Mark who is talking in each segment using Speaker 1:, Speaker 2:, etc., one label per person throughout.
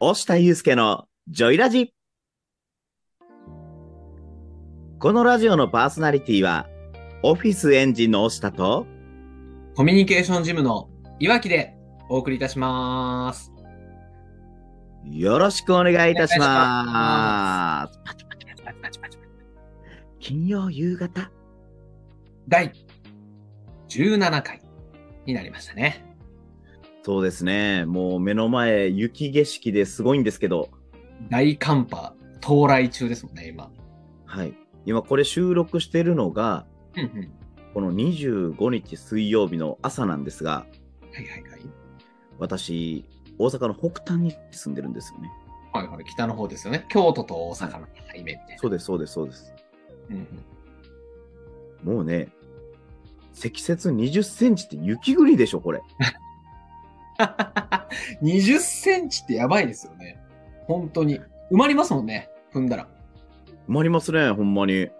Speaker 1: 押下祐介のジョイラジ。このラジオのパーソナリティは、オフィスエンジンの押下と、
Speaker 2: コミュニケーションジムのいわきでお送りいたします。
Speaker 1: よろしくお願いいたし
Speaker 2: お
Speaker 1: ます。金曜夕方。
Speaker 2: 第17回になりましたね。
Speaker 1: そうですね。もう目の前、雪景色ですごいんですけど、
Speaker 2: 大寒波到来中ですもんね、今。
Speaker 1: はい。今これ収録してるのが、
Speaker 2: うんうん。
Speaker 1: この25日水曜日の朝なんですが、
Speaker 2: はいはいはい。
Speaker 1: 私、大阪の北端に住んでるんですよね。
Speaker 2: はいはい。北の方ですよね。京都と大阪の境目みたいな。
Speaker 1: そうです、そうです、そうです。
Speaker 2: うんうん
Speaker 1: もうね、積雪20センチって雪国でしょ、これ。
Speaker 2: 20センチってやばいですよね。本当に。埋まりますもんね。踏んだら。
Speaker 1: 埋まりますね、ほんまに。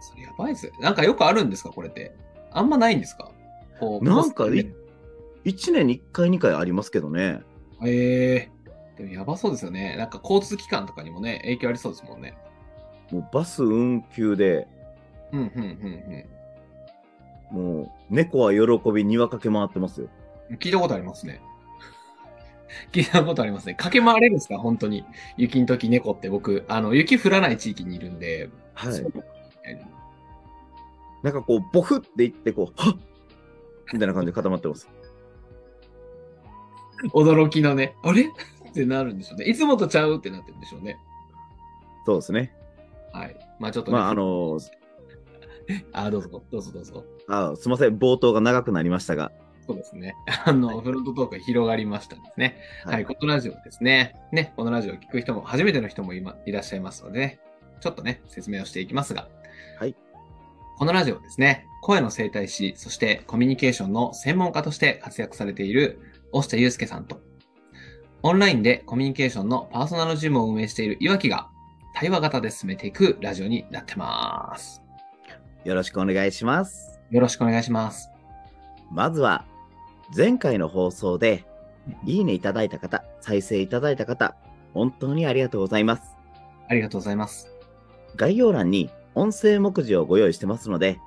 Speaker 2: それやばいですよ。なんかよくあるんですかこれって。あんまないんですかこう
Speaker 1: なんか
Speaker 2: コス
Speaker 1: い、1年に1回、2回ありますけどね。
Speaker 2: ええでもやばそうですよね。なんか交通機関とかにもね、影響ありそうですもんね。
Speaker 1: もうバス運休で、
Speaker 2: うんうんうん
Speaker 1: もう猫は喜び、庭かけ回ってますよ。
Speaker 2: うん。聞いたことありますね。 聞いたことありますね。駆け回れるんですか本当に。雪の時猫って僕、あの、雪降らない地域にいるんで。
Speaker 1: は
Speaker 2: そ
Speaker 1: い。
Speaker 2: うみたいな
Speaker 1: なんかこう、ボフっていって、こう、はっみたいな感じで固まってます。
Speaker 2: 驚きのね、あれってなるんでしょうね。いつもとちゃうってなってるんでしょうね。
Speaker 1: そうですね。
Speaker 2: はい。まあちょっとね、
Speaker 1: まあ、あの、
Speaker 2: あどうぞ、どうぞ、どうぞ。
Speaker 1: あすいません、冒頭が長くなりましたが。
Speaker 2: そうですね。あの、フロントトークが広がりましたですね。はい、このラジオですね。ね、このラジオを聞く人も、初めての人も今いらっしゃいますので、ね、ちょっとね、説明をしていきますが。
Speaker 1: はい。
Speaker 2: このラジオはですね、声の整体師、そしてコミュニケーションの専門家として活躍されている、押下祐介さんと、オンラインでコミュニケーションのパーソナルジムを運営している岩木が、対話型で進めていくラジオになってます。
Speaker 1: よろしくお願いします。
Speaker 2: よろしくお願いします。
Speaker 1: まずは、前回の放送で、いいねいただいた方、再生いただいた方、本当にありがとうございます。
Speaker 2: ありがとうございます。
Speaker 1: 概要欄に音声目次をご用意してますので、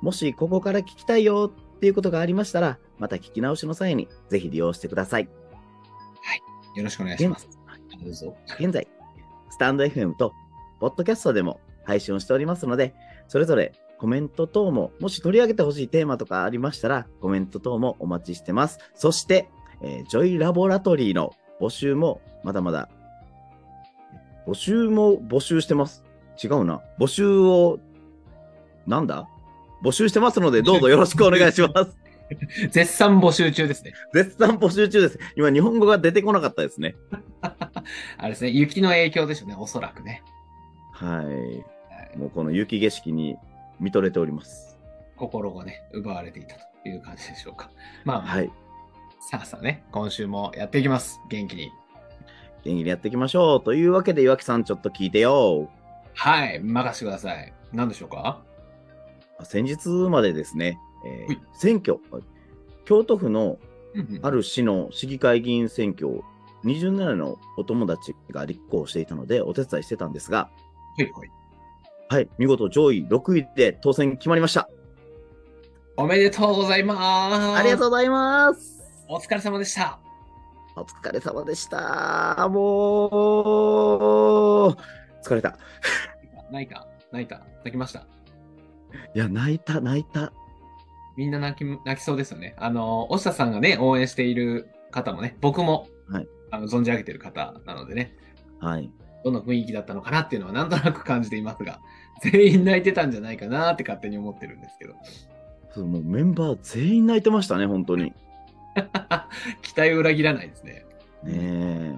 Speaker 1: もしここから聞きたいよっていうことがありましたら、また聞き直しの際にぜひ利用してください。
Speaker 2: よろしくお願いし
Speaker 1: 現
Speaker 2: ます。あどうぞ。
Speaker 1: 現在、スタンド FM と、ポッドキャストでも配信をしておりますので、それぞれコメント等も、もし取り上げてほしいテーマとかありましたら、コメント等もお待ちしてます。そして、えージョイラボラトリーの募集も、まだまだ、募集も募集してます。違うな。募集を、なんだ募集してますので、どうぞよろしくお願いします。
Speaker 2: 絶賛募集中ですね。
Speaker 1: 絶賛募集中です。今、日本語が出てこなかったですね。
Speaker 2: あれですね、雪の影響でしょうね、おそらくね。
Speaker 1: はい。
Speaker 2: はい
Speaker 1: もうこの雪景色に見とれております。
Speaker 2: 心がね、奪われていたという感じでしょうか。まあ、
Speaker 1: はい。
Speaker 2: さあさあね、今週もやっていきます。元気に。
Speaker 1: 元気にやっていきましょう。というわけで、岩木さん、ちょっと聞いてよ。
Speaker 2: はい、任せてください。何でしょうか
Speaker 1: 先日までですね、えー
Speaker 2: はい
Speaker 1: 選挙、京都府の
Speaker 2: うんうん
Speaker 1: ある市の市議会議員選挙を27のお友達が立候補していたので、お手伝いしてたんですが、
Speaker 2: はいはい。
Speaker 1: はい、見事上位6位で当選決まりました。
Speaker 2: おめでとうございます。
Speaker 1: ありがと
Speaker 2: う。
Speaker 1: うございます。
Speaker 2: お疲れ様でした。
Speaker 1: お疲れ様でした。もう、疲れた。
Speaker 2: 泣いた泣いた泣きました。
Speaker 1: いや、泣いた、泣いた。
Speaker 2: みんな泣き泣きそうですよね。あの、押下さんがね、応援している方もね、僕も、
Speaker 1: はい
Speaker 2: あの存じ上げている方なのでね、
Speaker 1: はい。
Speaker 2: どの雰囲気だったのかなっていうのはなんとなく感じていますが、 全員泣いてたんじゃないかなって勝手に思ってるんですけど。
Speaker 1: そうもうメンバー全員泣いてましたね、本当に。
Speaker 2: 期待を裏切らないですね。
Speaker 1: ねえ。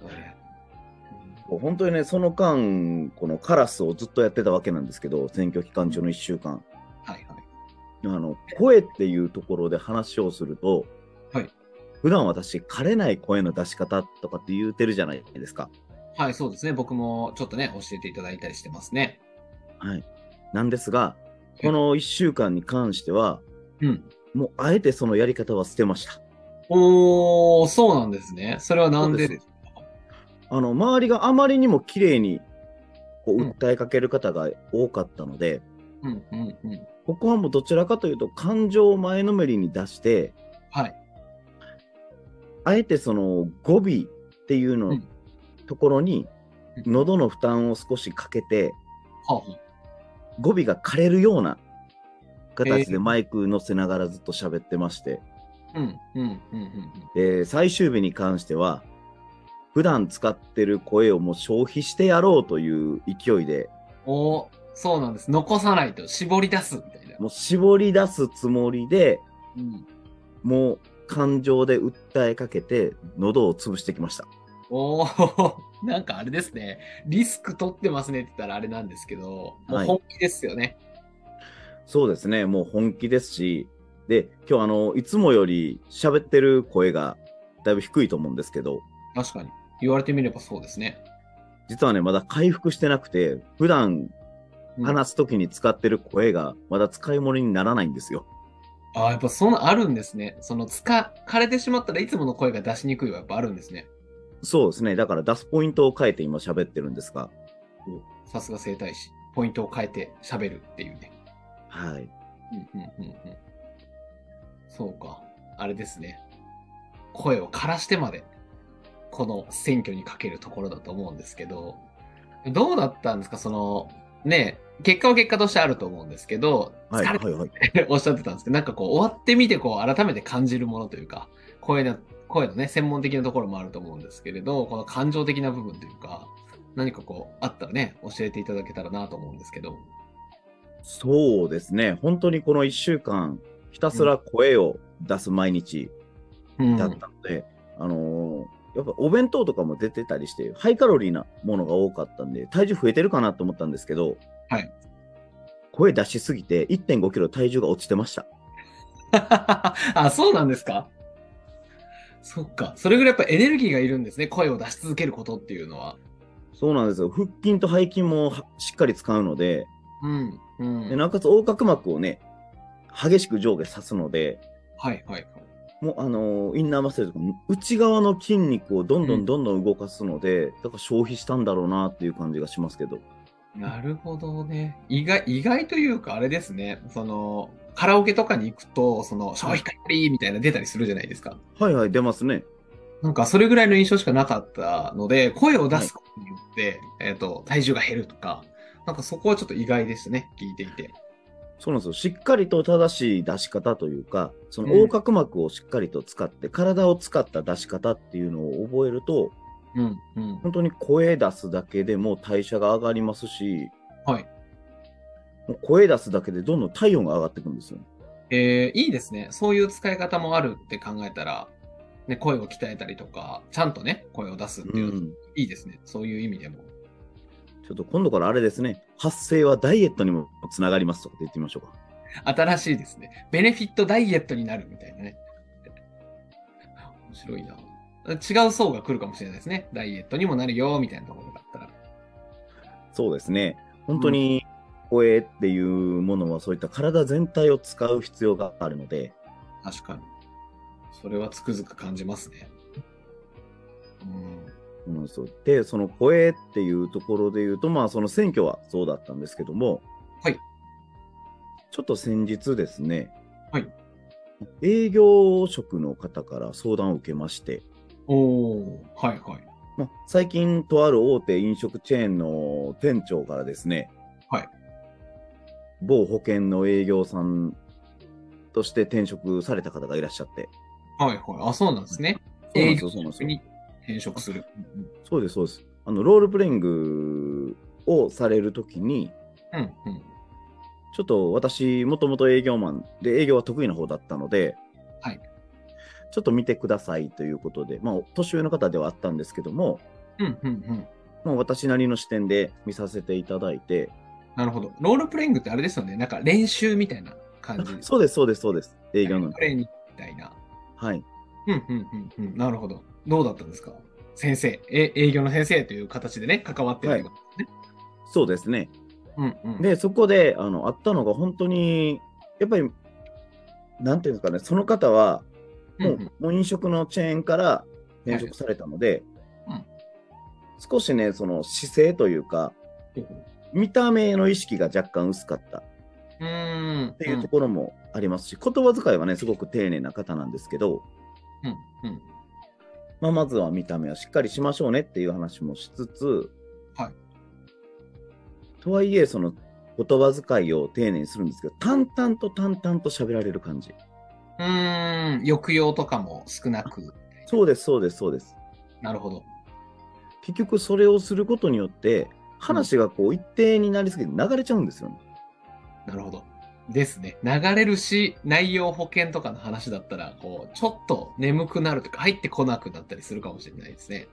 Speaker 2: そりゃ
Speaker 1: 本当にね、その間、このカラスをずっとやってたわけなんですけど、選挙期間中の1週間。
Speaker 2: はいはい。
Speaker 1: あの、声っていうところで話をすると、
Speaker 2: はい。
Speaker 1: 普段私、枯れない声の出し方とかって言うてるじゃないですか。
Speaker 2: はい、そうですね。僕もちょっとね、教えていただいたりしてますね。
Speaker 1: はい。なんですが、この1週間に関しては、
Speaker 2: うん。
Speaker 1: もうあえてそのやり方は捨てました。
Speaker 2: おー、そうなんですね。それはなんで
Speaker 1: そうですあの、周りがあまりにも綺麗に、こう、
Speaker 2: うん
Speaker 1: 訴えかける方が多かったので、
Speaker 2: うんうんうん。
Speaker 1: ここはもうどちらかというと、感情を前のめりに出して、
Speaker 2: はい。
Speaker 1: あえてその語尾っていうの、
Speaker 2: うん
Speaker 1: ところに、
Speaker 2: うん
Speaker 1: 喉の負担を少しかけて、
Speaker 2: はあはあ
Speaker 1: 語尾が枯れるような形
Speaker 2: へ
Speaker 1: で
Speaker 2: ー
Speaker 1: マイク乗せながらずっと喋ってまして、
Speaker 2: うんうんうんうんうん。
Speaker 1: で最終日に関しては、普段使ってる声をもう消費してやろうという勢いで、
Speaker 2: おー、そうなんです。残さないと、絞り出すみたいな。
Speaker 1: もう絞り出すつもりで、
Speaker 2: うん、
Speaker 1: もう感情で訴えかけて、喉を潰してきました。
Speaker 2: おー、 なんかあれですね。リスク取ってますねって言ったらあれなんですけど、も
Speaker 1: は
Speaker 2: う
Speaker 1: い
Speaker 2: 本気ですよね。
Speaker 1: そうですね、もう本気ですし、で、今日あの、いつもより喋ってる声がだいぶ低いと思うんですけど、
Speaker 2: 確かに。言われてみればそうですね。
Speaker 1: 実はね、まだ回復してなくて、普段
Speaker 2: うん
Speaker 1: 話すときに使ってる声がまだ使い物にならないんですよ。
Speaker 2: ああ、やっぱそんなあるんですね。その、疲れてしまったらいつもの声が出しにくいはやっぱあるんですね。
Speaker 1: そうですね、だから出すポイントを変えて今喋ってるんですが、
Speaker 2: さすが整体師。ポイントを変えて喋るっていうね。
Speaker 1: はい。
Speaker 2: うんうんうんうん。そうか。あれですね。声を枯らしてまで、この選挙にかけるところだと思うんですけど、どうだったんですかその、ね、結果は結果としてあると思うんですけど、
Speaker 1: はい、
Speaker 2: 疲
Speaker 1: は
Speaker 2: れ
Speaker 1: い、
Speaker 2: て
Speaker 1: はい。
Speaker 2: おっしゃってたんですけど、なんかこう、終わってみて、こう、改めて感じるものというか、声の、声のね、専門的なところもあると思うんですけれど、この感情的な部分というか、何かこう、あったらね、教えていただけたらなと思うんですけど。
Speaker 1: そうですね、本当にこの1週間、ひたすら声を出す毎日
Speaker 2: うん
Speaker 1: だったので、あのーやっぱお弁当とかも出てたりして、ハイカロリーなものが多かったんで、体重増えてるかなと思ったんですけど、
Speaker 2: はい
Speaker 1: 声出しすぎて1.5キロ体重が落ちてました。
Speaker 2: あ、そうなんですかそっか。それぐらいやっぱエネルギーがいるんですね。声を出し続けることっていうのは。
Speaker 1: そうなんですよ。腹筋と背筋もはしっかり使うので、
Speaker 2: うん。うん。
Speaker 1: でなおかつ横隔膜をね、激しく上下さすので、
Speaker 2: はいはいはい。
Speaker 1: もうあのーインナーマッスルとか内側の筋肉をどんど
Speaker 2: うん
Speaker 1: んどんどん動かすので、だから消費したんだろうなっていう感じがしますけど。
Speaker 2: なるほどね。意外、意外というか、あれですね。その、カラオケとかに行くと、その、消費カロリーみたいなの出たりするじゃないですか。
Speaker 1: はいはい、出ますね。
Speaker 2: なんか、それぐらいの印象しかなかったので、声を出すことによって、えっ、と、体重が減るとか、なんかそこはちょっと意外でしたね。聞いていて。
Speaker 1: そうなんですよ。しっかりと正しい出し方というか、その
Speaker 2: うん
Speaker 1: 横隔膜をしっかりと使って、体を使った出し方っていうのを覚えると、
Speaker 2: うん、うん。
Speaker 1: 本当に声出すだけでも代謝が上がりますし、
Speaker 2: はい。
Speaker 1: もう声出すだけでどんどん体温が上がっていくんですよ。
Speaker 2: えーいいですね。そういう使い方もあるって考えたら、ね、声を鍛えたりとか、ちゃんとね、声を出すって
Speaker 1: う
Speaker 2: いうの、
Speaker 1: ん。
Speaker 2: いいですね。そういう意味でも。
Speaker 1: ちょっと今度からあれですね、発声はダイエットにもつながりますとかって言ってみましょうか。
Speaker 2: 新しいですね。ベネフィットダイエットになるみたいなね。面白いな。違う層が来るかもしれないですね。ダイエットにもなるよ、みたいなところがあったら。
Speaker 1: そうですね。本当に声っていうものはそういった体全体を使う必要があるので、
Speaker 2: 確かに。それはつくづく感じますね。うん。
Speaker 1: うん、そうでその声っていうところで言うとまあその選挙はそうだったんですけども
Speaker 2: はい
Speaker 1: ちょっと先日ですね
Speaker 2: はい
Speaker 1: 営業職の方から相談を受けまして、
Speaker 2: おー、はいはい。
Speaker 1: まあ、最近とある大手飲食チェーンの店長からですね
Speaker 2: はい
Speaker 1: 某保険の営業さんとして転職された方がいらっしゃって
Speaker 2: はいはい。あ、そうなんですね。
Speaker 1: そうなんですよそうなんですよ
Speaker 2: に転職する。うんうん
Speaker 1: そうですそうですあのロールプレイングをされるときに
Speaker 2: うんうん。
Speaker 1: ちょっと私、もともと営業マンで、営業は得意な方だったので、
Speaker 2: はい
Speaker 1: ちょっと見てくださいということで、まあ、年上の方ではあったんですけども、
Speaker 2: うんうんうん。
Speaker 1: まあ、私なりの視点で見させていただいて、
Speaker 2: なるほど。ロールプレイングってあれですよね。なんか練習みたいな感じ。
Speaker 1: そうです、そうです、そうです、営業の。
Speaker 2: トレーニングみたいな。
Speaker 1: はい。
Speaker 2: うんうんうんうん。なるほど。どうだったんですか先生。え、営業の先生という形でね、関わってるってこと
Speaker 1: そうですね。
Speaker 2: うんうん。
Speaker 1: で、そこで、あの、あったのが本当に、やっぱり、なんていうんですかね、その方は、もう,、
Speaker 2: うんうん
Speaker 1: もう飲食のチェーンから転職されたので、
Speaker 2: はい
Speaker 1: 少しね、その姿勢というか、見た目の意識が若干薄かったっ
Speaker 2: うーん。って
Speaker 1: いうところもありますし、言葉遣いはね、すごく丁寧な方なんですけど、
Speaker 2: うん。うん。
Speaker 1: まあ、まずは見た目はしっかりしましょうねっていう話もしつつ、
Speaker 2: はい
Speaker 1: とはいえ、その言葉遣いを丁寧にするんですけど、淡々と淡々と喋られる感じ。
Speaker 2: うーん。抑揚とかも少なく。
Speaker 1: そうです、そうです、そうです。
Speaker 2: なるほど。
Speaker 1: 結局それをすることによって、話がこう一定になりすぎて流れちゃうんですよね。
Speaker 2: なるほど。ですね。流れるし、内容保険とかの話だったら、こう、ちょっと眠くなるとか、入ってこなくなったりするかもしれないですね。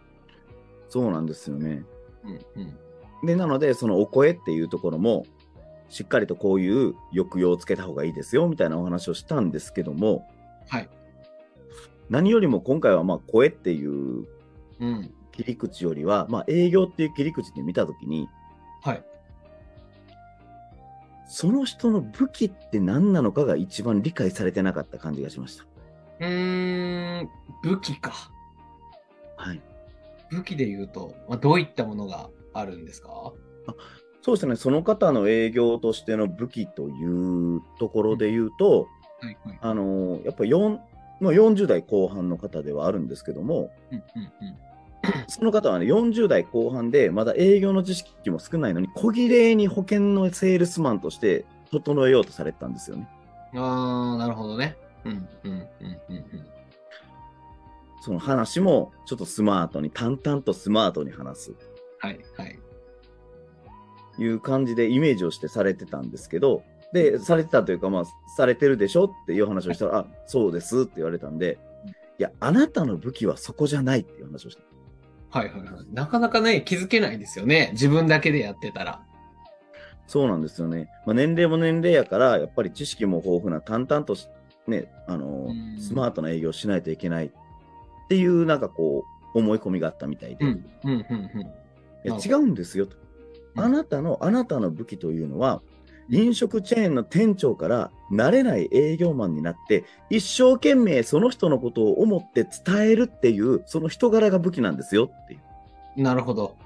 Speaker 1: そうなんですよね。
Speaker 2: うん。うん。
Speaker 1: で、なので、そのお声っていうところも、しっかりとこういう抑揚をつけた方がいいですよ、みたいなお話をしたんですけども、
Speaker 2: はい。
Speaker 1: 何よりも今回はまあ声っていう
Speaker 2: うん。
Speaker 1: 切り口よりは、まあ営業っていう切り口で見たときに、
Speaker 2: はい。
Speaker 1: その人の武器って何なのかが一番理解されてなかった感じがしました。
Speaker 2: うーん。武器か。
Speaker 1: はい。
Speaker 2: 武器で言うと、まあ、どういったものがあるんですか
Speaker 1: そうですね、その方の営業としての武器というところで言うと、
Speaker 2: はいはい。
Speaker 1: あのやっぱ4、まあ、40代後半の方ではあるんですけども、
Speaker 2: うんうんうん。
Speaker 1: その方はね、40代後半で、まだ営業の知識も少ないのに、小切れに保険のセールスマンとして整えようとされてたんですよね。
Speaker 2: ああ、なるほどね。うん、うん、うん、うんうん。
Speaker 1: その話も、ちょっとスマートに、淡々とスマートに話す
Speaker 2: はい、はい。
Speaker 1: という感じでイメージをしてされてたんですけど、で、されてたというか、まあ、されてるでしょっていう話をしたら、あ、そうですって言われたんで、いや、あなたの武器はそこじゃないっていう話をした。
Speaker 2: はい、はい、はい。なかなかね、気づけないですよね。自分だけでやってたら。
Speaker 1: そうなんですよね。まあ、年齢も年齢やから、やっぱり知識も豊富な、淡々としね、あの
Speaker 2: うん
Speaker 1: スマートな営業をしないといけないっていう、なんかこう、思い込みがあったみたいで、
Speaker 2: う
Speaker 1: い
Speaker 2: ん、うん、うん、
Speaker 1: や
Speaker 2: なるほど
Speaker 1: 違うんですよと。
Speaker 2: うん
Speaker 1: あなたの、あなたの武器というのは、飲食チェーンの店長から慣れない営業マンになって、一生懸命その人のことを思って伝えるっていう、その人柄が武器なんですよっていう。
Speaker 2: うん。なるほど。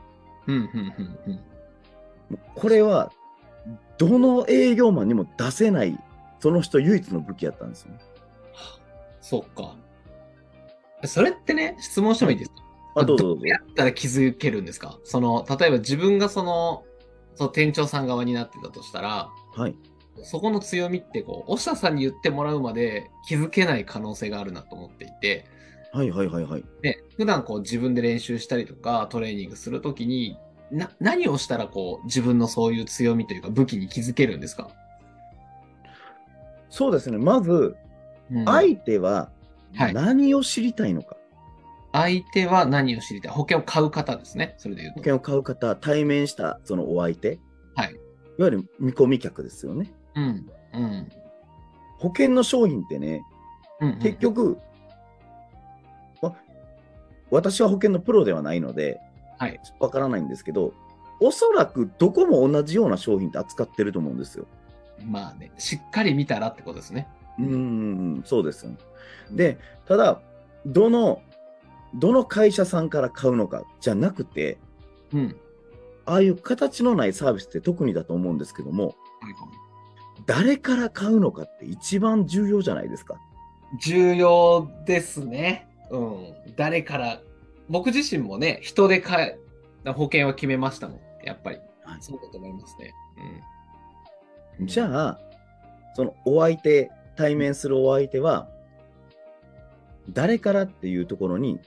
Speaker 2: うん、うん、うん、うん。
Speaker 1: もうこれは、どの営業マンにも出せない、その人唯一の武器やったんですよね。
Speaker 2: そっか。それってね、質問してもいいですか
Speaker 1: あ、どうぞどうぞ
Speaker 2: うやったら気づけるんですかその、例えば自分がその、その店長さん側になってたとしたら、
Speaker 1: はい。
Speaker 2: そこの強みってこう、押下さんに言ってもらうまで気づけない可能性があるなと思っていて、
Speaker 1: はいはいはいはい。
Speaker 2: ね、普段こう自分で練習したりとかトレーニングするときにな何をしたらこう自分のそういう強みというか武器に気づけるんですか、
Speaker 1: そうですね。まず、
Speaker 2: うん
Speaker 1: 相手は
Speaker 2: はい
Speaker 1: 何を知りたいのか。
Speaker 2: 相手は何を知りたい保険を買う方ですね。それで言う
Speaker 1: 保
Speaker 2: と。
Speaker 1: 険を買う方、対面したそのお相手。
Speaker 2: はい。
Speaker 1: いわゆる見込み客ですよね。
Speaker 2: うん。うん。
Speaker 1: 保険の商品ってね、
Speaker 2: うんうん
Speaker 1: 結、局、わ私は保険のプロではないので、
Speaker 2: はい。
Speaker 1: わからないんですけど、おそらくどこも同じような商品って扱ってると思うんですよ。
Speaker 2: まあね、しっかり見たらってことですね。
Speaker 1: うーん、そうですよね。で、ただ、どの、どの会社さんから買うのかじゃなくて、
Speaker 2: うん。
Speaker 1: ああいう形のないサービスって特にだと思うんですけども、誰から買うのかって一番重要じゃないですか。
Speaker 2: 重要ですね。うん。誰から、僕自身もね、人で買え、保険は決めましたもん。やっぱり。
Speaker 1: はい
Speaker 2: そうだと思いますね。うん。
Speaker 1: じ
Speaker 2: あ、
Speaker 1: ゃあ、そのお相手、対面するお相手は、誰からっていうところに
Speaker 2: うん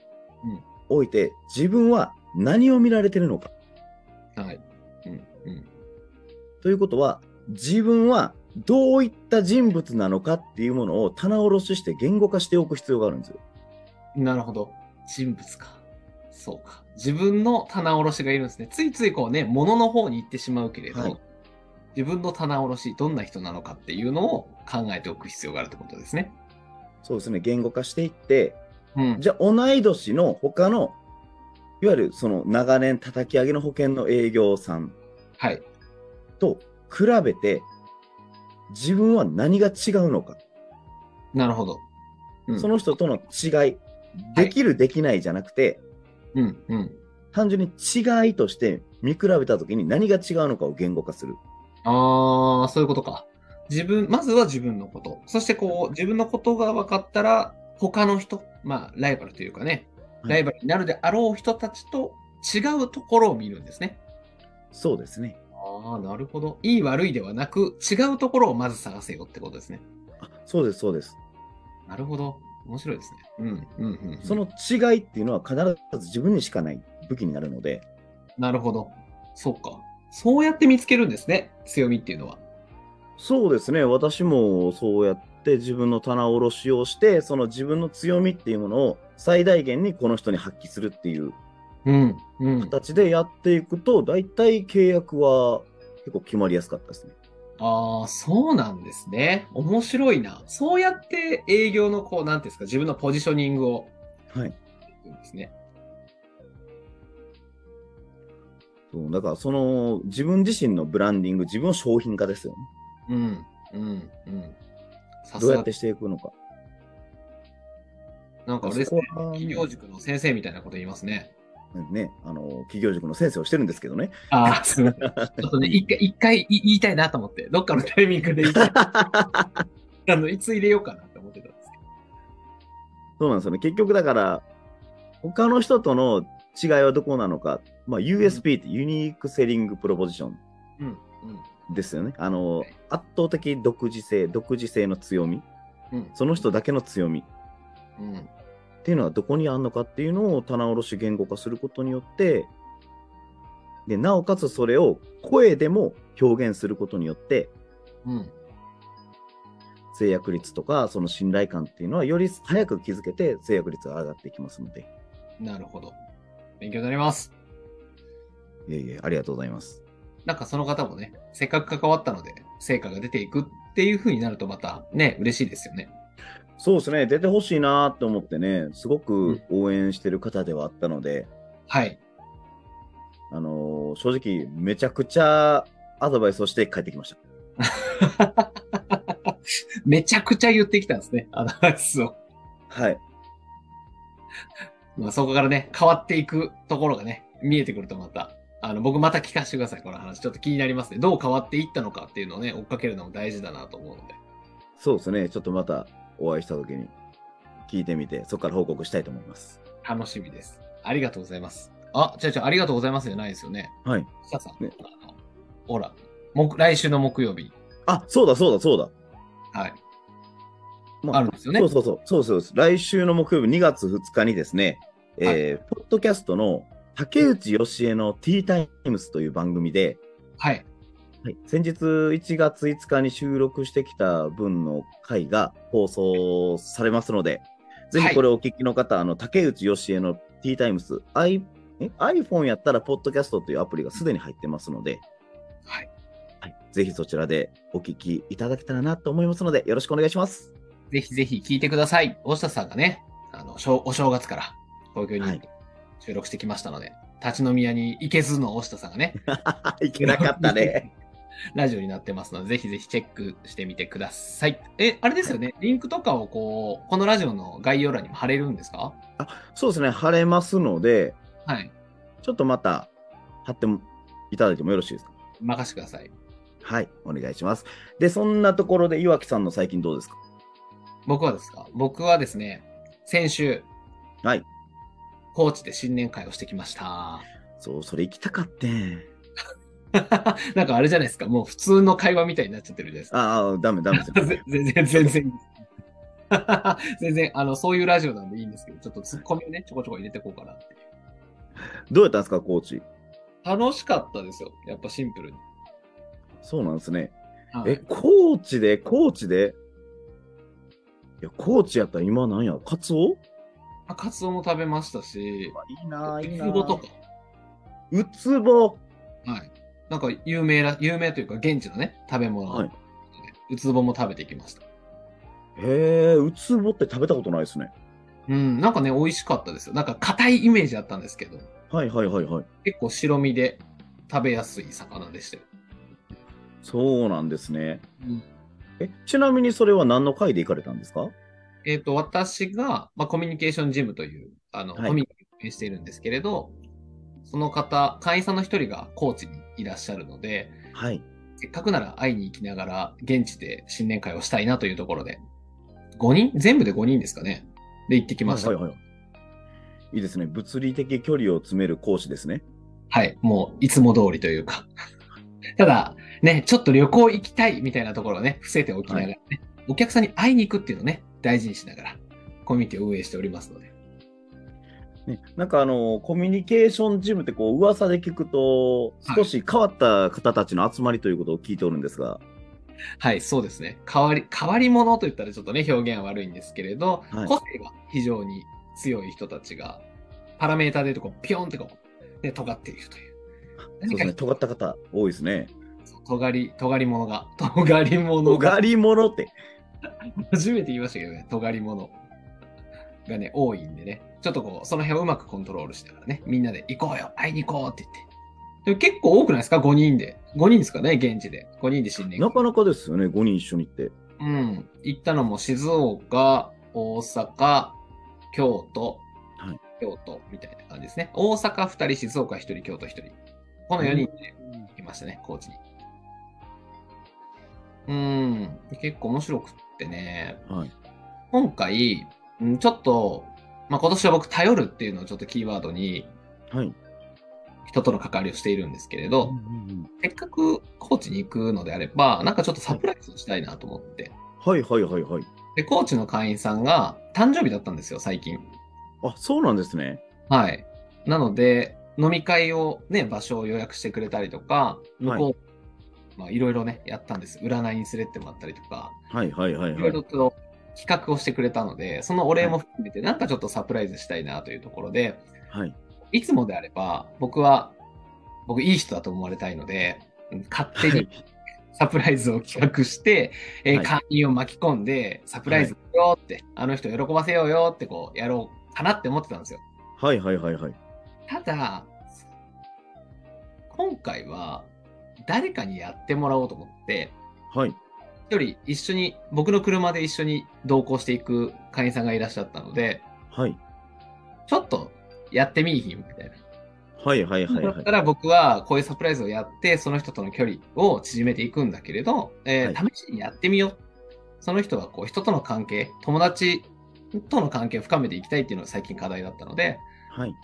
Speaker 1: 置いて、自分は何を見られてるのか。
Speaker 2: はい。うん。うん。
Speaker 1: ということは、自分はどういった人物なのかっていうものを棚卸しして言語化しておく必要があるんですよ。
Speaker 2: なるほど。人物か。そうか。自分の棚卸しがいるんですね。ついついこうね、物の方に行ってしまうけれど、
Speaker 1: はい
Speaker 2: 自分の棚卸し、どんな人なのかっていうのを考えておく必要があるってことですね。
Speaker 1: そうですね、言語化していって、
Speaker 2: うん。
Speaker 1: じゃあ同い年の他の、いわゆるその長年叩き上げの保険の営業さん
Speaker 2: はい。
Speaker 1: と比べて、自分は何が違うのか。
Speaker 2: なるほど。うん
Speaker 1: その人との違い、
Speaker 2: はい
Speaker 1: できる、できないじゃなくて、
Speaker 2: うん、うん。
Speaker 1: 単純に違いとして見比べたときに何が違うのかを言語化する。
Speaker 2: ああ、そういうことか。自分、まずは自分のこと。そしてこう、自分のことが分かったら、他の人、まあ、ライバルというかね、
Speaker 1: はい
Speaker 2: ライバルになるであろう人たちと違うところを見るんですね。
Speaker 1: そうですね。
Speaker 2: ああ、なるほど。いい悪いではなく、違うところをまず探せよってことですね。
Speaker 1: あそうです、そうです。
Speaker 2: なるほど。面白いですね。うん、うん、うん。
Speaker 1: そ、の違いっていうのは必ず自分にしかない武器になるので、
Speaker 2: なるほど。そうか。そうやって見つけるんですね。強みっていうのは。
Speaker 1: そうですね、私もそうやって自分の棚卸しをして、その自分の強みっていうものを最大限にこの人に発揮するっていう
Speaker 2: うん、うん。
Speaker 1: 形でやっていくと、大体契約は結構決まりやすかったですね。
Speaker 2: ああ、そうなんですね。面白いな。そうやって営業のこう、なんていうんですか、自分のポジショニングを
Speaker 1: はい。
Speaker 2: ですね。
Speaker 1: そうだから、その自分自身のブランディング、自分の商品化ですよね。
Speaker 2: うん、うん、うん。さす
Speaker 1: どうや
Speaker 2: が
Speaker 1: って、していくのか。
Speaker 2: なんかあれですね
Speaker 1: そこは
Speaker 2: 企業塾の先生みたいなこと言いますね。
Speaker 1: ね、あの企業塾の先生をしてるんですけどね。
Speaker 2: ああ、すみません。ちょっとね、一回、一回い言いたいなと思って、どっかのタイミングで言いた い。あの、いつ入れようかなって思ってたんですけど。
Speaker 1: そうなんですよね。結局だから、他の人との違いはどこなのか、まあ、USP ってユニークセリングプロポジション
Speaker 2: うん、うん。
Speaker 1: ですよね。あの、
Speaker 2: はい
Speaker 1: 圧倒的独自性、独自性の強み、
Speaker 2: うん
Speaker 1: その人だけの強み
Speaker 2: うん、
Speaker 1: っていうのはどこにあるのかっていうのを棚卸し言語化することによって、で、なおかつそれを声でも表現することによって、
Speaker 2: うん、
Speaker 1: 制約率とかその信頼感っていうのはより早く気づけて制約率が上がっていきますので、
Speaker 2: なるほど。勉強になります。
Speaker 1: いえいえ、ありがとうございます。
Speaker 2: なんかその方もね、せっかく関わったので、成果が出ていくっていう風になるとまたね、嬉しいですよね。
Speaker 1: そうですね、出てほしいなと思ってね、すご
Speaker 2: う
Speaker 1: く
Speaker 2: ん
Speaker 1: 応援してる方ではあったので、
Speaker 2: はい。
Speaker 1: あのー正直、めちゃくちゃアドバイスをして帰ってきました。
Speaker 2: めちゃくちゃ言ってきたんですね、アドバイスを。
Speaker 1: はい、
Speaker 2: まあ、そこからね、変わっていくところがね、見えてくるとまた、あの、僕また聞かせてください、この話。ちょっと気になりますね。どう変わっていったのかっていうのをね、追っかけるのも大事だなと思うので。
Speaker 1: そうですね、ちょっとまたお会いした時に聞いてみて、そこから報告したいと思います。
Speaker 2: 楽しみです。ありがとうございます。あ、ちょいちょい、ありがとうございますじゃないですよね。
Speaker 1: はい、
Speaker 2: さあさん、
Speaker 1: ね
Speaker 2: あのほら、木来週の木曜日。
Speaker 1: あそうだ、そうだ、そうだ。
Speaker 2: はい。
Speaker 1: ま
Speaker 2: あるんですよね
Speaker 1: そう。そうそう、そうそうです。来週の木曜日、2月2日にですね、えーポッドキャストの竹内義恵のティータイムスという番組で、
Speaker 2: はい。
Speaker 1: はい、先日1月5日に収録してきた分の回が放送されますので、ぜひこれをお聞きの方、あの竹内義恵の T タイムス、I え iPhone やったら、ポッドキャストというアプリがすでに入ってますので、
Speaker 2: はい。
Speaker 1: はい、ぜひそちらでお聞きいただけたらなと思いますので、よろしくお願いします。
Speaker 2: ぜひぜひ聞いてください。大下さんがね、あの、しょうお正月から東京
Speaker 1: は
Speaker 2: に
Speaker 1: い
Speaker 2: 収録してきましたので、立ち飲み屋に行けずの大下さんがね、
Speaker 1: いけなかったね。
Speaker 2: ラジオになってますので、ぜひぜひチェックしてみてください。え、あれですよね、リンクとかをこう、このラジオの概要欄にも貼れるんですか
Speaker 1: そうですね、晴れますので、
Speaker 2: はい。
Speaker 1: ちょっとまた貼ってもいただいてもよろしいですか。
Speaker 2: 任せてください。
Speaker 1: はい、お願いします。で、そんなところで、岩木さんの最近どうですか
Speaker 2: 僕はですか僕はですね、先週、
Speaker 1: はい。
Speaker 2: 高知で新年会をしてきました。
Speaker 1: そう、それ行きたかって。
Speaker 2: なんかあれじゃないですか、もう普通の会話みたいになっちゃってるじゃないですか
Speaker 1: ああ、ダメダメです よ。
Speaker 2: 全然、全然いい です。全然、あの、そういうラジオなんでいいんですけど、ちょっとツッコミをね、ちょこちょこ入れていこうかなっていう。
Speaker 1: どうやったんですか、コーチ。
Speaker 2: 楽しかったですよ。やっぱシンプルに。
Speaker 1: そうなんですね。
Speaker 2: はい
Speaker 1: え、コーチで、コーチで。いや、コーチやったら今なんや、カツオ
Speaker 2: あカツオも食べましたし、
Speaker 1: いいな
Speaker 2: ウツボとか。。
Speaker 1: ウツボ。
Speaker 2: はい。なんか有名な、有名というか、現地のね、食べ物。
Speaker 1: はい。
Speaker 2: ウツボも食べてきました。
Speaker 1: へえ、ウツボって食べたことないですね。
Speaker 2: うん、なんかね、美味しかったですよ。なんか硬いイメージあったんですけど、
Speaker 1: はいはいはいはい。
Speaker 2: 結構白身で食べやすい魚でしたよ。
Speaker 1: そうなんですね。
Speaker 2: うん
Speaker 1: え、ちなみにそれは何の回で行かれたんですか
Speaker 2: えっ、と、私が、まあ、コミュニケーションジムという、あの、
Speaker 1: はい
Speaker 2: コミュニケーションを運営しているんですけれど、その方、会員さんの一人が高知にいらっしゃるので、
Speaker 1: はい。
Speaker 2: せっかくなら会いに行きながら、現地で新年会をしたいなというところで、5人全部で5人ですかね。で、行ってきました。
Speaker 1: は
Speaker 2: はいい、
Speaker 1: はいはい。いいですね。物理的距離を詰める講師ですね。
Speaker 2: もう、いつも通りというか。 ただ、ね、ちょっと旅行行きたいみたいなところをね、伏せておきながらね、お客さんに会いに行くっていうのをね、大事にしながら、コミュニティを運営しておりますので。
Speaker 1: ね、なんかあの、コミュニケーションジムってこう、噂で聞くと、
Speaker 2: はい
Speaker 1: 少し変わった方たちの集まりということを聞いておるんですが、
Speaker 2: はい、そうですね。変わり、変わり者と言ったらちょっとね、表現は悪いんですけれど、
Speaker 1: はい
Speaker 2: 個性が非常に強い人たちが、パラメーターでいうとこう、ピョンってこう、ね、尖っているという。
Speaker 1: そう
Speaker 2: 何
Speaker 1: です
Speaker 2: か
Speaker 1: ね、尖った方多いですね。
Speaker 2: そう尖り、尖り者が、尖り者が、
Speaker 1: 尖り者って。
Speaker 2: 初めて言いましたけどね、尖り者がね、多いんでね、ちょっとこう、その辺をうまくコントロールしながらね、みんなで行こうよ、会いに行こうって言って。でも結構多くないですか ?5 人で。5人ですかね現地で。5人で新年会
Speaker 1: なかなかですよね、5人一緒に行って。
Speaker 2: うん。行ったのも静岡、大阪、京都、
Speaker 1: はい
Speaker 2: 京都みたいな感じですね。大阪2人、静岡1人、京都1人。この4人で行きましたね、高知に。うん。結構面白くってね。
Speaker 1: はい。
Speaker 2: 今回、うんちょっと、まあ、今年は僕、頼るっていうのをちょっとキーワードに、
Speaker 1: はい。
Speaker 2: 人との関わりをしているんですけれど、
Speaker 1: うんうんうん
Speaker 2: せっかく高知に行くのであれば、なんかちょっとサプライズをしたいなと思って。
Speaker 1: はいはいはいはい。
Speaker 2: で、コーチの会員さんが誕生日だったんですよ、最近。
Speaker 1: あ、そうなんですね。
Speaker 2: はい。なので、飲み会をね、場所を予約してくれたりとか、向こう、まあいろいろね、やったんです。占いに連れてってもらったりとか、
Speaker 1: はいはいはい
Speaker 2: い
Speaker 1: は
Speaker 2: ろ
Speaker 1: い
Speaker 2: い。ろと企画をしてくれたので、そのお礼も含めて、なんかちょっとサプライズしたいなというところで、
Speaker 1: はい。
Speaker 2: いつもであれば、僕は、僕いい人だと思われたいので、うん勝手にサプライズを企画して、えー
Speaker 1: はい
Speaker 2: 会員を巻き込んで、サプライズよーって、あの人喜ばせようよってこうやろうかなって思ってたんですよ。
Speaker 1: はいはいはいはい。
Speaker 2: ただ、今回は誰かにやってもらおうと思って、
Speaker 1: はい。
Speaker 2: 一人一緒に、僕の車で一緒に同行していく会員さんがいらっしゃったので、
Speaker 1: はい。
Speaker 2: ちょっとやってみいひんみたいな。
Speaker 1: はいはいはい
Speaker 2: だ
Speaker 1: は
Speaker 2: っ
Speaker 1: い
Speaker 2: た。ら僕はこういうサプライズをやって、その人との距離を縮めていくんだけれど、えー
Speaker 1: は
Speaker 2: 試しにやってみよう。その人はこう人との関係、友達との関係を深めていきたいっていうのが最近課題だったので、
Speaker 1: はい。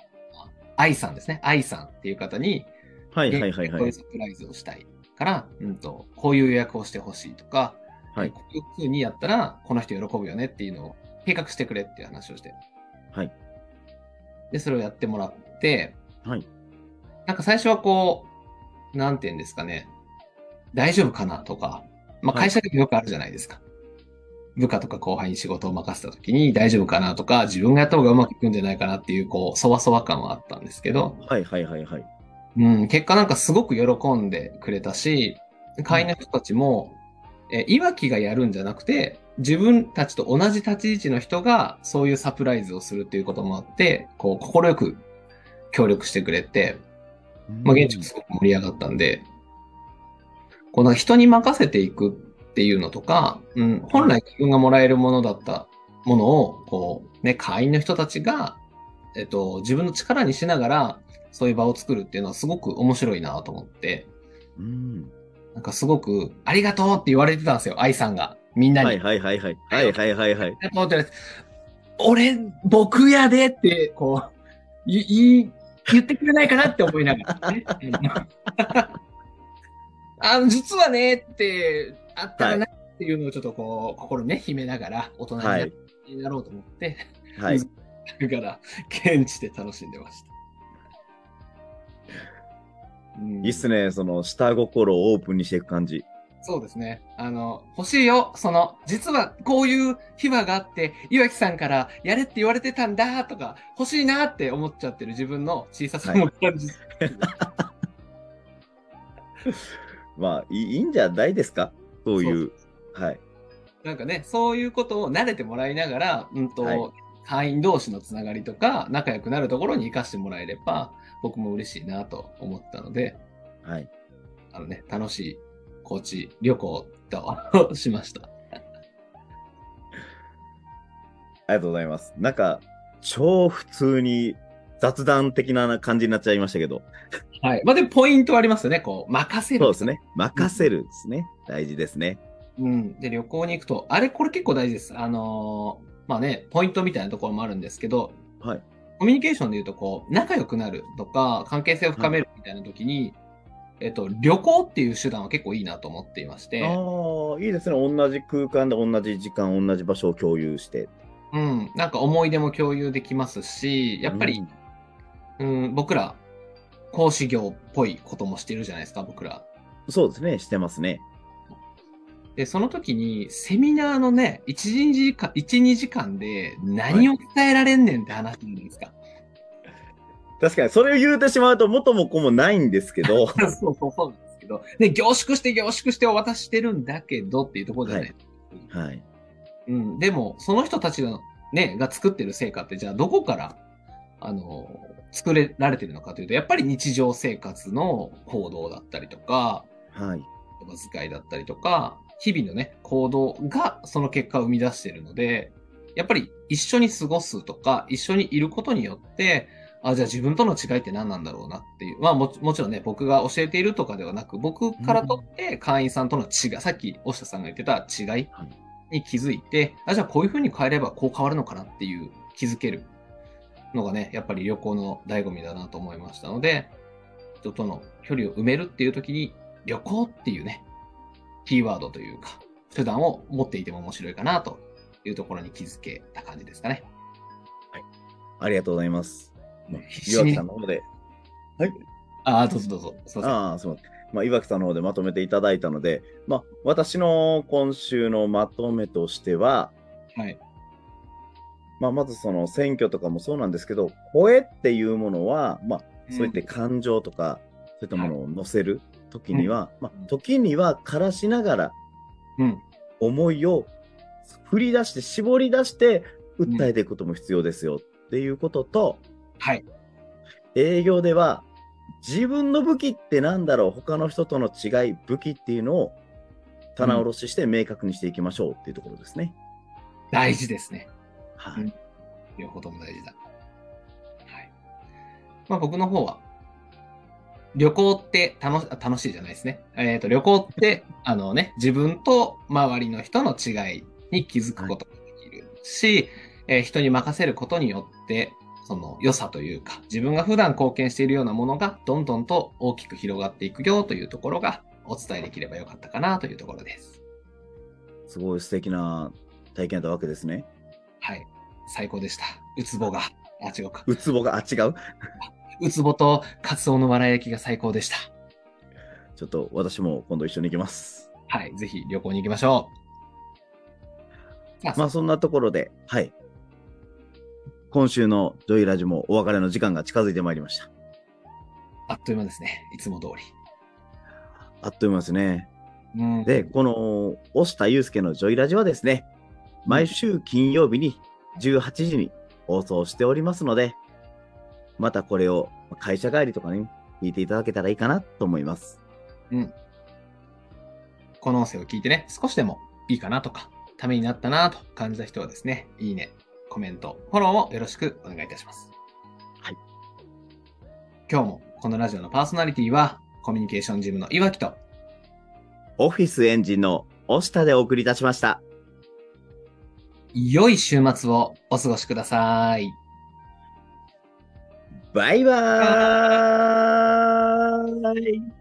Speaker 2: 愛さんですね。愛さんっていう方に、
Speaker 1: はいはいはい
Speaker 2: こ
Speaker 1: は
Speaker 2: ういう
Speaker 1: い。
Speaker 2: サプライズをしたいから、うんと、こういう予約をしてほしいとか、
Speaker 1: はい
Speaker 2: こういう風にやったら、この人喜ぶよねっていうのを計画してくれっていう話をして。
Speaker 1: はい。
Speaker 2: で、それをやってもらって、
Speaker 1: はい。
Speaker 2: なんか最初はこう、なんて言うんですかね、大丈夫かなとか、まあ
Speaker 1: はい
Speaker 2: 会社でもよくあるじゃないですか。部下とか後輩に仕事を任せた時に大丈夫かなとか、自分がやった方がうまくいくんじゃないかなっていう、こう、そわそわ感はあったんですけど、
Speaker 1: はいはいはいはい。
Speaker 2: うん、結果なんかすごく喜んでくれたし、会員の人たちも、え、いわきがやるんじゃなくて、自分たちと同じ立ち位置の人がそういうサプライズをするっていうこともあって、こう、快く協力してくれて、まあ、現地もすごく盛り上がったんで、この人に任せていくっていうのとか、うん、本来自分がもらえるものだったものを、こう、ね、会員の人たちが、えっと、自分の力にしながら、そういう場を作るっていうのはすごく面白いなと思って、
Speaker 1: うん。
Speaker 2: なんかすごく、ありがとうって言われてたんですよ、愛さんが。みんなに。
Speaker 1: はいはいはいはい。はいはいはいはい。
Speaker 2: ありがとうって言われて俺、僕やでって、こう、い、いい、言ってくれないかなって思いな がら、ね。あの、実はね、って、あったらなっていうのをちょっとこう、心にね、秘めながら、大人にな,、
Speaker 1: はい
Speaker 2: ろうと思って、
Speaker 1: はい。
Speaker 2: だから、現地で楽しんでました。うん
Speaker 1: いいっすね、その下心をオープンにしていく感じ。
Speaker 2: そうですね。あの、欲しいよ。その、実はこういう秘話があって、岩木さんからやれって言われてたんだとか、欲しいなって思っちゃってる自分の小ささも感じ、
Speaker 1: まあいいいいんじゃないですかそういう。はい。
Speaker 2: なんかね、そういうことを慣れてもらいながら、うんと、
Speaker 1: はい
Speaker 2: 会員同士のつながりとか、仲良くなるところに活かしてもらえれば、僕も嬉しいなと思ったので、
Speaker 1: はい。
Speaker 2: あのね、楽しい高 知旅行としました。
Speaker 1: ありがとうございます。なんか、超普通に雑談的な感じになっちゃいましたけど、
Speaker 2: はい。まあ、でもポイントはありますよね。こう、任せる。
Speaker 1: そうです。ね。任せるですね。大事ですね。
Speaker 2: うん。で、旅行に行くと、あれ、これ結構大事です。あのーまあね、ポイントみたいなところもあるんですけど、
Speaker 1: はい。
Speaker 2: コミュニケーションで言うと、こう、仲良くなるとか、関係性を深めるみたいな時に、えっと、旅行っていう手段は結構いいなと思っていまして、
Speaker 1: ああ、いいですね。同じ空間で同じ時間、同じ場所を共有して。
Speaker 2: うん、なんか思い出も共有できますし、やっぱり、
Speaker 1: うん
Speaker 2: うん、僕ら、講師業っぽいこともしてるじゃないですか、僕ら。
Speaker 1: そうですね。してますね。
Speaker 2: で、その時に、セミナーのね、1、2時間、1、2時間で何を伝えられんねんって話じゃないですか。
Speaker 1: 確かに、それを言うてしまうと元も子もないんですけ ど、
Speaker 2: そうそうそうなんですけど、で、凝縮して凝縮してお渡ししてるんだけどっていうところじゃない、
Speaker 1: はい。
Speaker 2: うん、でも、その人たちが、ね、が作ってる成果って、じゃあどこから、あの、作れられてるのかというと、やっぱり日常生活の行動だったりとか、
Speaker 1: はい。
Speaker 2: 言葉遣いだったりとか、日々のね、行動がその結果を生み出しているので、やっぱり一緒に過ごすとか、一緒にいることによって、あ、じゃあ自分との違いって何なんだろうなっていう。まあもちもちろんね、僕が教えているとかではなく、僕からとって会員さんとの違い、さっき押下さんが言ってた違い
Speaker 1: はい
Speaker 2: に気づいて、あ、じゃあこういう風に変えればこう変わるのかなっていう気づけるのがね、やっぱり旅行の醍醐味だなと思いましたので、人との距離を埋めるっていう時に旅行っていうね、キーワードというか、手段を持っていても面白いかなというところに気づけた感じですかね。
Speaker 1: ありがとうございます。まあ
Speaker 2: 必死
Speaker 1: 岩
Speaker 2: に
Speaker 1: 木さんの方で。
Speaker 2: ああ、どうぞどうぞ。すいません
Speaker 1: ああ、そう。まあ、岩木さんの方でまとめていただいたので、まあ、私の今週のまとめとしては、
Speaker 2: はい。
Speaker 1: まあ、まずその選挙とかもそうなんですけど、声っていうものは、まあ、そういった感情とか、そういったものを乗せる時には、まあ、時には枯らしながら
Speaker 2: うん。
Speaker 1: 思いを振り出して、絞り出して、訴えていくことも必要ですよっていうことと、
Speaker 2: はい。
Speaker 1: 営業では自分の武器ってなんだろう他の人との違い武器っていうのを棚卸しして明確にしていきましょうっていうところですね。
Speaker 2: 大事ですね。
Speaker 1: は
Speaker 2: う
Speaker 1: い
Speaker 2: ん、両方とも大事だ。はい。まあ僕の方は、旅行って楽し、あ楽しいじゃないですね。えっ、と、旅行って、あのね、自分と周りの人の違いに気づくことができるし、えー人に任せることによって、その良さというか、自分が普段貢献しているようなものが、どんどんと大きく広がっていくよというところが、お伝えできればよかったかなというところです。
Speaker 1: すごい素敵な体験だったわけですね。
Speaker 2: はい。最高でした。うつぼが、あ、違うか。
Speaker 1: うつぼが、あ、違う。
Speaker 2: ウツボとカツオのわら焼きが最高でした。
Speaker 1: ちょっと私も今度一緒に行きます。
Speaker 2: はい、ぜひ旅行に行きましょう。さあ
Speaker 1: まあそんなところで、はい。今週のジョイラジもお別れの時間が近づいてまいりました。
Speaker 2: あっという間ですね。いつも通
Speaker 1: あっという間ですね。
Speaker 2: り。うん
Speaker 1: で、この、押下祐介のジョイラジはですね、毎週金曜日に18時に放送しておりますので、またこれを会社帰りとかに聞いていただけたらいいかなと思います。
Speaker 2: この音声を聞いてね、少しでもいいかなとか、ためになったなと感じた人はですね、いいね、コメント、フォローをよろしくお願いいたします。
Speaker 1: はい。
Speaker 2: 今日もこのラジオのパーソナリティは、コミュニケーションジムの岩木と、
Speaker 1: オフィスエンジンの押下でお送りいたしました。
Speaker 2: 良い週末をお過ごしください。
Speaker 1: バイバーイ